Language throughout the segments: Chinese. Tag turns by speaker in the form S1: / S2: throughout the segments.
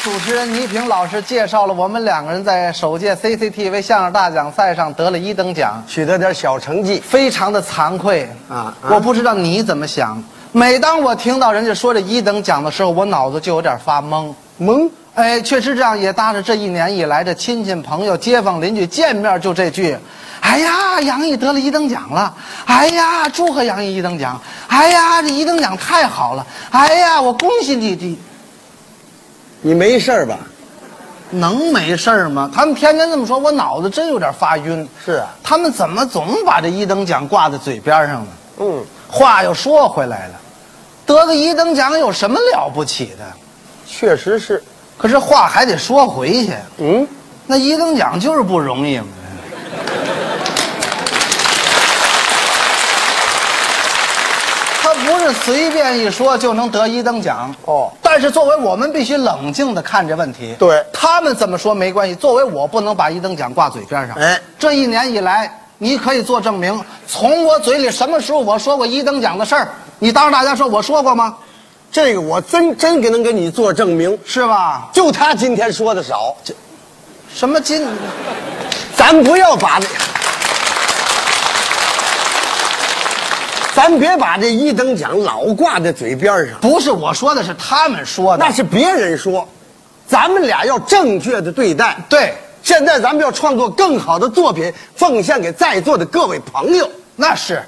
S1: 主持人倪萍老师介绍了我们两个人在首届 CCTV 相声大奖赛上得了一等奖，
S2: 取得点小成绩。
S1: 非常的惭愧
S2: 啊啊
S1: 我不知道你怎么想，每当我听到人家说这一等奖的时候，我脑子就有点发懵。
S2: 蒙，
S1: 哎，确实这样，也搭着这一年以来，这亲戚朋友、街坊邻居见面就这句：“哎呀，杨毅得了一等奖了！哎呀，祝贺杨毅一等奖！哎呀，这一等奖太好了！哎呀，我恭喜你！”你
S2: 你没事儿吧？
S1: 能没事儿吗？他们天天这么说，我脑子真有点发晕。
S2: 是啊，
S1: 他们怎么总把这一等奖挂在嘴边上呢？
S2: 嗯，
S1: 话又说回来了，得个一等奖有什么了不起的？
S2: 确实是。
S1: 可是话还得说回去，
S2: 嗯，
S1: 那一等奖就是不容易嘛。他不是随便一说就能得一等奖
S2: 哦
S1: 但是作为我们必须冷静的看这问题。
S2: 对
S1: 他们怎么说没关系，作为我不能把一等奖挂嘴边上。
S2: 哎
S1: 这一年以来，你可以做证明，从我嘴里什么时候我说过一等奖的事儿？你当着大家说我说过吗？
S2: 这个我真真给能给你做证明。
S1: 是吧？
S2: 就他今天说的少，
S1: 什么今？
S2: 咱不要把这，咱别把这一等奖老挂在嘴边上，
S1: 不是我说的，是他们说的。
S2: 那是别人说，咱们俩要正确的对待。
S1: 对，
S2: 现在咱们要创作更好的作品，奉献给在座的各位朋友，
S1: 那是。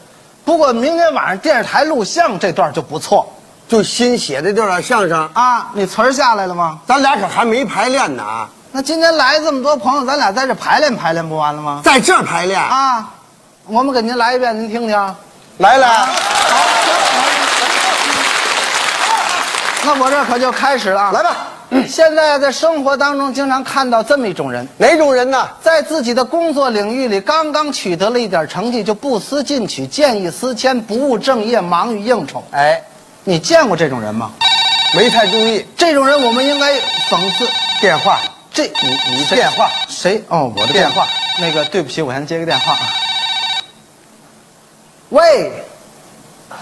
S1: 不过明天晚上电视台录像这段就不错
S2: 就新写的这段相声，
S1: 啊！你词儿下来了吗？
S2: 咱俩可还没排练呢啊，
S1: 那今天来这么多朋友，咱俩在这排练排练不完了吗？
S2: 在这儿排练，
S1: 啊，我们给您来一遍，您听听。
S2: 啊来来，
S1: 那我这可就开始了。啊
S2: 来，吧，
S1: 现在在生活当中经常看到这么一种人，
S2: 哪种人呢？
S1: 在自己的工作领域里刚刚取得了一点成绩，就不思进取、见异思迁、不务正业、忙于应酬。
S2: 哎，
S1: 你见过这种人吗？
S2: 没太注意
S1: 这种人我们应该讽刺。
S2: 电话，
S1: 啊这
S2: 你你电话
S1: 谁？哦，我的
S2: 电
S1: 电
S2: 话
S1: 话。那个，对不起，我先接个电话啊。喂，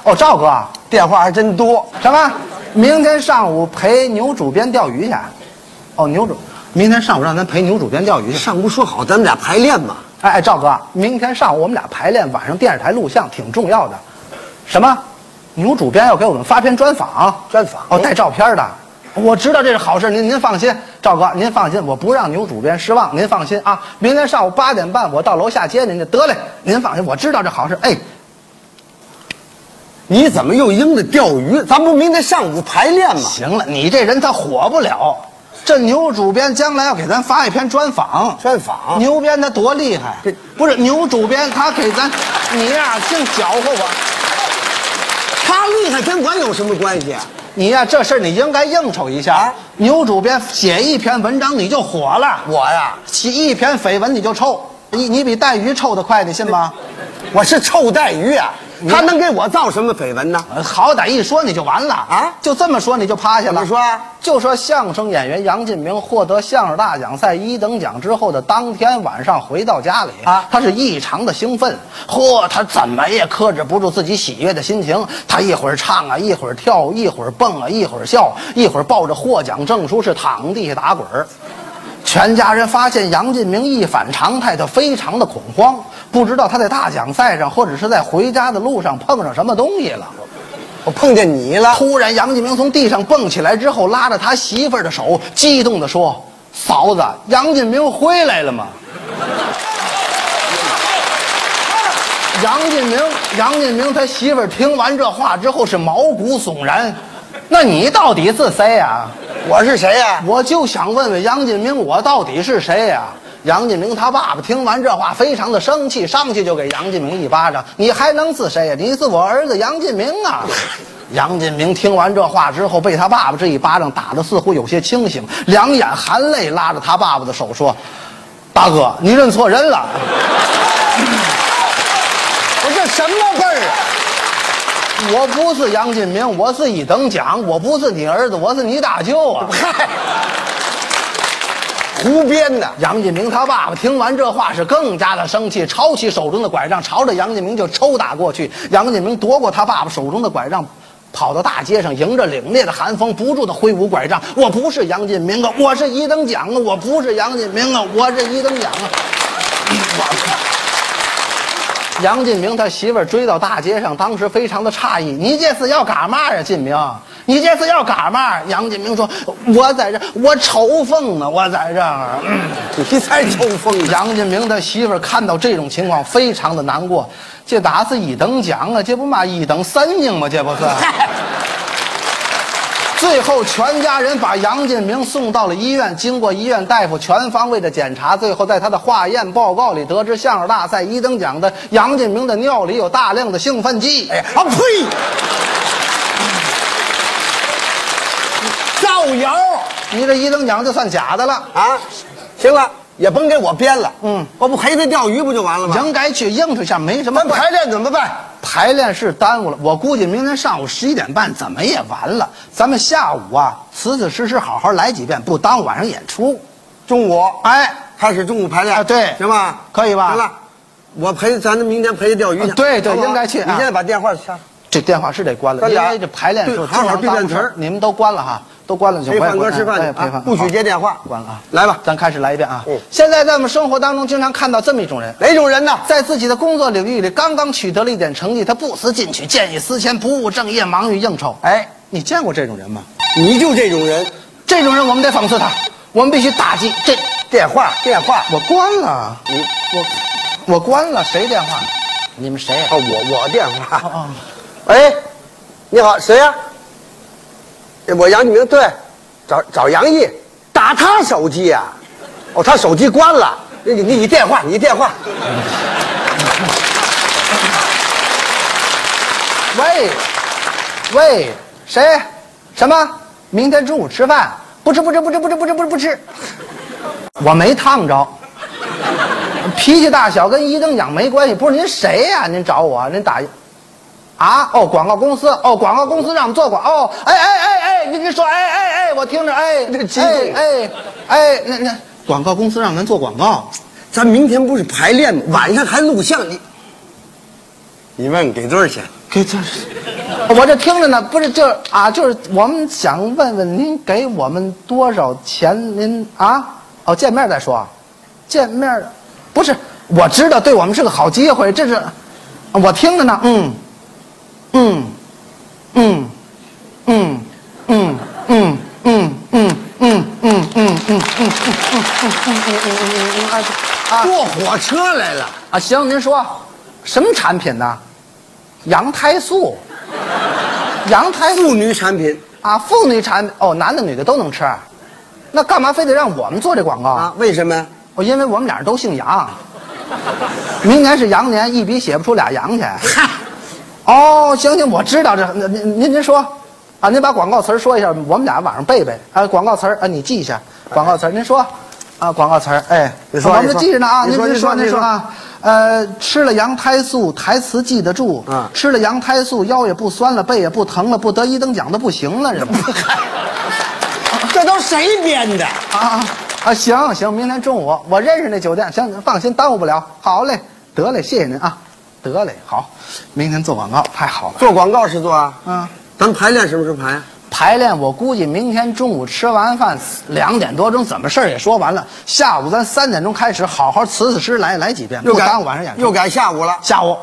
S1: 哦，赵哥啊，
S2: 电话还真多，
S1: 什么？明天上午陪牛主编钓鱼去？哦，牛主，明天上午让咱陪牛主编钓鱼去。
S2: 上午说好咱们俩排练嘛，
S1: 哎哎，赵哥啊，明天上午我们俩排练，晚上电视台录像挺重要的。什么？牛主编要给我们发篇专访？
S2: 专访
S1: 哦，带照片的。我知道这是好事，您您放心，赵哥，您放心，我不让牛主编失望，您放心啊。明天上午八点半，我到楼下接您去。得嘞，您放心，我知道这好事。哎，
S2: 你怎么又应着钓鱼？咱不明天上午排练吗？
S1: 行了，你这人他火不了。这牛主编将来要给咱发一篇专访，
S2: 专访
S1: 牛编他多厉害
S2: 啊这，
S1: 不是牛主编他给咱，你呀、净搅和我。
S2: 他厉害跟我有什么关系？
S1: 你呀、这事儿你应该应酬一下。
S2: 啊
S1: 牛主编写一篇文章你就火了，
S2: 我呀，
S1: 写一篇绯闻你就臭，你你比带鱼臭得快，你信吗？
S2: 我是臭带鱼啊，他能给我造什么绯闻呢？
S1: 呃好歹一说你就完了
S2: 啊
S1: 就这么说你就趴下
S2: 怎
S1: 了。
S2: 么说啊
S1: 就说相声演员杨进明获得相声大奖赛一等奖之后的当天晚上回到家里
S2: 啊
S1: 他是异常的兴奋，嚯，他怎么也克制不住自己喜悦的心情，他一会儿唱啊，一会儿跳，一会儿蹦啊，一会儿笑，一会儿抱着获奖证书是躺地下打滚儿。全家人发现杨进明一反常态，他非常的恐慌，不知道他在大奖赛上或者是在回家的路上碰上什么东西了。
S2: 我碰见你了，
S1: 突然，杨继明从地上蹦起来之后，拉着他媳妇儿的手，激动地说：“嫂子，杨继明回来了吗？” 杨继明，杨继明他媳妇儿听完这话之后是毛骨悚然。那你到底啊是谁呀、
S2: 我是谁呀、
S1: 我就想问问杨进明，我到底是谁呀、杨进明他爸爸听完这话，非常的生气，上去就给杨进明一巴掌：“你还能是谁呀、你是我儿子杨进明啊！”杨进明听完这话之后，被他爸爸这一巴掌打得似乎有些清醒，两眼含泪，拉着他爸爸的手说：“大哥，你认错人了。”
S2: 我这什么辈儿啊？
S1: 我不是杨进明，我是一等奖，我不是你儿子，我是你大舅啊！
S2: 嗨，胡编的。
S1: 杨进明他爸爸听完这话是更加的生气，抄起手中的拐杖，朝着杨进明就抽打过去。杨进明夺过他爸爸手中的拐杖，跑到大街上，迎着凛冽的寒风，不住地挥舞拐杖。我不是杨进明啊，我是一等奖啊，我不是杨进明啊，我是一等奖啊。杨进明他媳妇儿追到大街上，当时非常的诧异：“你这是要干嘛呀，进明？你这是要干嘛？”杨进明说：“我在这，我抽风呢，我在这儿。嗯
S2: 你才抽风呢！
S1: 杨进明他媳妇儿看到这种情况，非常的难过。这打是一等奖啊，这不嘛一等三宁吗？这不是？最后，全家人把杨进明送到了医院。经过医院大夫全方位的检查，最后在他的化验报告里得知，相声大赛一等奖的杨进明的尿里有大量的兴奋剂。
S2: 哎呀，啊呸！造谣
S1: 你这一等奖就算假的了，
S2: 啊！行了，也甭给我编了。
S1: 嗯，
S2: 我不陪他钓鱼不就完了吗？
S1: 应该去应酬一下，没什么
S2: 咱
S1: 怪。
S2: 排练怎么办？
S1: 排练是耽误了，我估计明天上午十一点半怎么也完了。咱们下午啊，死死实实好好来几遍，不耽误晚上演出。
S2: 中午
S1: 哎，
S2: 开始中午排练
S1: 啊对
S2: 行吧，
S1: 可以吧
S2: 行了，我陪咱们明天陪他钓鱼去。
S1: 啊对对
S2: 好不好
S1: 应该去啊
S2: 你现在把电话掐，
S1: 这电话是得关了，
S2: 咱
S1: 因
S2: 俩
S1: 为这排练的时候
S2: 对好好
S1: 经常耽误
S2: 对练
S1: 事
S2: 词
S1: 儿
S2: 儿
S1: 你们都关了哈，都关了就
S2: 陪
S1: 不爱
S2: 范哥
S1: 管
S2: 吃
S1: 哎
S2: 饭去
S1: 陪
S2: 啊
S1: 范，
S2: 不许接电话。
S1: 好关了啊！
S2: 来吧，
S1: 咱开始来一遍啊
S2: 嗯。
S1: 现在在我们生活当中，经常看到这么一种人。
S2: 哪种人呢？
S1: 在自己的工作领域里刚刚取得了一点成绩，他不思进取，见异思迁，不务正业，忙于应酬。
S2: 哎，
S1: 你见过这种人吗？
S2: 你就这种人，
S1: 这种人我们得讽刺他，我们必须打击。这
S2: 电话电话啊，
S1: 我关了，
S2: 你
S1: 我我关了，谁电话？你们谁呀、
S2: 我啊我电话。
S1: 哦
S2: 哎，你好，谁呀、我杨继明，对，找找杨毅，打他手机呀、哦，他手机关了，你你你电话，你电话，
S1: 喂，喂，谁？什么？明天中午吃饭？不吃不吃不吃不吃不吃不吃不吃。我没烫着，脾气大小跟一等奖没关系。不是您谁呀、您找我？您打一啊？哦，广告公司。哦，广告公司让我们做广。哦，哎哎哎哎，您您说，哎哎哎，我听着，哎，
S2: 这激动
S1: 哎哎哎，那那广告公司让咱做广告。
S2: 咱明天不是排练吗？晚上还录像，你你问给多少钱？
S1: 给这，我这听着呢，不是就是啊，就是我们想问问您给我们多少钱？您啊，哦，见面再说啊，见面，不是，我知道对我们是个好机会，这是，我听着呢，嗯，嗯，嗯，嗯，嗯，嗯，嗯，嗯，嗯，嗯，嗯，嗯，嗯，嗯，嗯，嗯，嗯，嗯，嗯，嗯，啊
S2: 坐火车来了，
S1: 啊，行，您说，什么产品呢？羊胎素，羊胎素
S2: 妇女产品
S1: 啊，妇女产品哦，男的女的都能吃，那干嘛非得让我们做这广告？
S2: 啊？为什么 呀？
S1: 哦，因为我们俩人都姓杨，明年是羊年，一笔写不出俩羊去。
S2: 嗨，
S1: 哦，行行，我知道这，那您您您说，啊，您把广告词儿说一下，我们俩晚上背背啊，广告词儿啊，你记一下广告词儿，您说，啊，广告词儿，哎，
S2: 你说
S1: 啊我们
S2: 你
S1: 就
S2: 说
S1: 记着呢啊，
S2: 你
S1: 您
S2: 说
S1: 您
S2: 你说
S1: 您
S2: 你
S1: 说
S2: 说
S1: 啊，呃，吃了羊胎素，台词记得住，
S2: 嗯
S1: 吃了羊胎素，腰也不酸了，背也不疼了，不得一等奖都不行了，人家
S2: 这都谁编的？
S1: 啊啊啊，行行，明天中午我认识那酒店，行，放心，耽误不了，好嘞，得嘞，谢谢您啊，得嘞，好，明天做广告，太好了，
S2: 做广告是做啊？
S1: 嗯。
S2: 咱排练什么时候排啊？
S1: 排练，我估计明天中午吃完饭两点多钟，怎么事儿也说完了。下午咱三点钟开始，好好辞辞实来来几遍，不耽误晚上演出。
S2: 又改下午了，
S1: 下午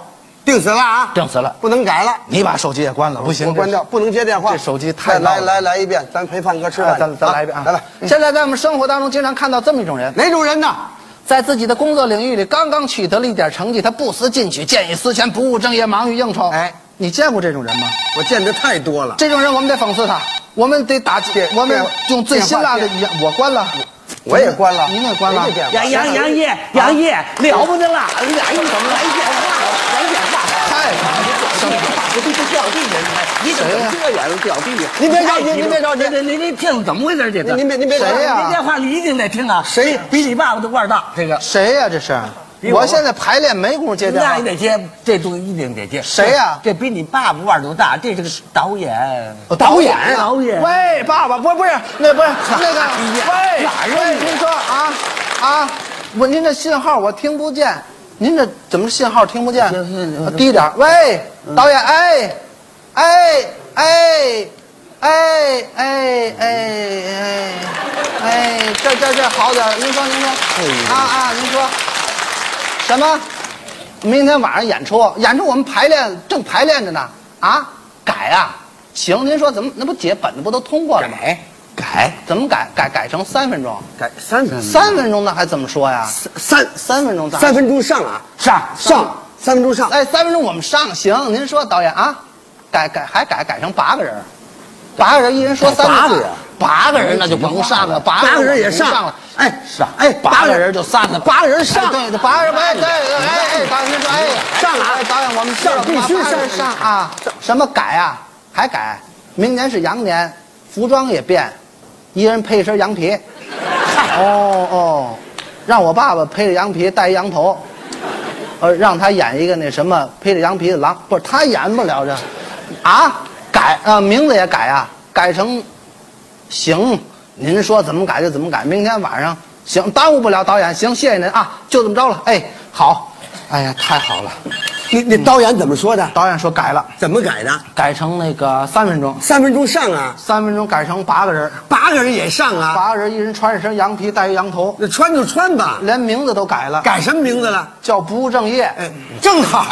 S2: 定死了啊！
S1: 定死了，
S2: 不能改了。
S1: 你把手机也关了，不行，
S2: 我关掉，不能接电话。
S1: 这手机太
S2: 来
S1: 闹
S2: 来
S1: 了
S2: 来来一遍，咱陪范哥吃
S1: 这。哎
S2: 饭。
S1: 咱咱来一遍啊！
S2: 来吧。
S1: 现在在我们生活当中，经常看到这么一种人，
S2: 哪种人呢？
S1: 在自己的工作领域里刚刚取得了一点成绩，他不思进取，见异思迁，不务正业，忙于应酬。
S2: 哎，
S1: 你见过这种人吗？
S2: 我见的太多了。
S1: 这种人我们得讽刺他，我们得打击
S2: 电，
S1: 我们
S2: 电话
S1: 用最辛辣的
S2: 电
S1: 语言。我关了，
S2: 我也关了
S1: 您也关了
S2: 谁啊这。电话
S3: 杨杨杨毅，杨毅，了不得了，你俩一怎么来电话了？来电话，
S1: 太什么？
S3: 我这掉地下，你怎么这样掉地下？
S2: 您别
S3: 哎
S2: 着急您别着急
S3: 您您您这怎么回事？这个
S2: 您您别您别
S1: 谁呀
S3: 这电话你一定得听啊！
S2: 谁
S3: 比你爸爸的腕儿大？这个
S1: 谁呀、这是？
S3: 比我
S1: 我现在排练没工夫接电
S3: 那
S1: 话
S3: 你。得接，这东西一定得接。
S1: 谁呀
S3: 这比你爸爸腕儿都大，这是个导演。
S1: 哦导演，
S3: 导演
S1: 喂，爸爸，不是不是，那不是那个，
S3: 哎
S1: 喂
S3: 呀哪儿啊
S1: 喂，
S3: 你
S1: 您说啊啊，我您这信号我听不见，您这怎么信号听不见？
S3: 行行行
S1: 啊低点儿，喂，导演，哎哎哎哎，哎哎哎哎哎，这这这好点儿您说您说，啊啊，您说什么？明天晚上演出，演出我们排练正排练着呢，啊，改啊，行，您说怎么那不解本子不都通过了吗？
S2: 改改
S1: 怎么改？改改成三分钟，
S2: 改三分
S1: 三分钟那还怎么说呀？
S2: 三
S1: 三分钟咋
S2: 三分钟上啊
S3: 上
S2: 上三分钟上
S1: 哎，三分钟我们上行，您说导演啊，改改还改改成八个人儿，八个人一人说三
S2: 哦八
S1: 分
S2: 个人，
S1: 八个人那就甭上了，八
S2: 八个人
S1: 我
S2: 也
S1: 们不上
S2: 上
S1: 了，
S2: 哎
S3: 上
S2: 哎
S1: 八个人就散了，八个人
S2: 上
S1: 对，八个人哎对对哎哎，导演您说哎
S2: 上了啊
S1: 哎导演我们
S2: 上必须
S1: 上
S2: 上
S1: 上啊，什么改啊还改，明年是羊年，服装也变，一人配一身羊 皮，哦哦，让我爸爸披着羊皮戴一羊头。呃，让他演一个那什么披着羊皮的狼，不是他演不了这，啊，改啊、名字也改啊，改成，行，您说怎么改就怎么改，明天晚上行，耽误不了导演，行，谢谢您啊，就这么着了，哎，好，哎呀，太好了，
S2: 你你导演怎么说的？
S1: 导演说改了，
S2: 怎么改的？
S1: 改成那个三分钟，
S2: 三分钟上啊，
S1: 三分钟改成八个人，
S2: 八个人也上啊，
S1: 八个人一人穿一身羊皮，戴一羊头，
S2: 那穿就穿吧，
S1: 连名字都改了，
S2: 改什么名字了？
S1: 叫不务正业，
S2: 哎，正好，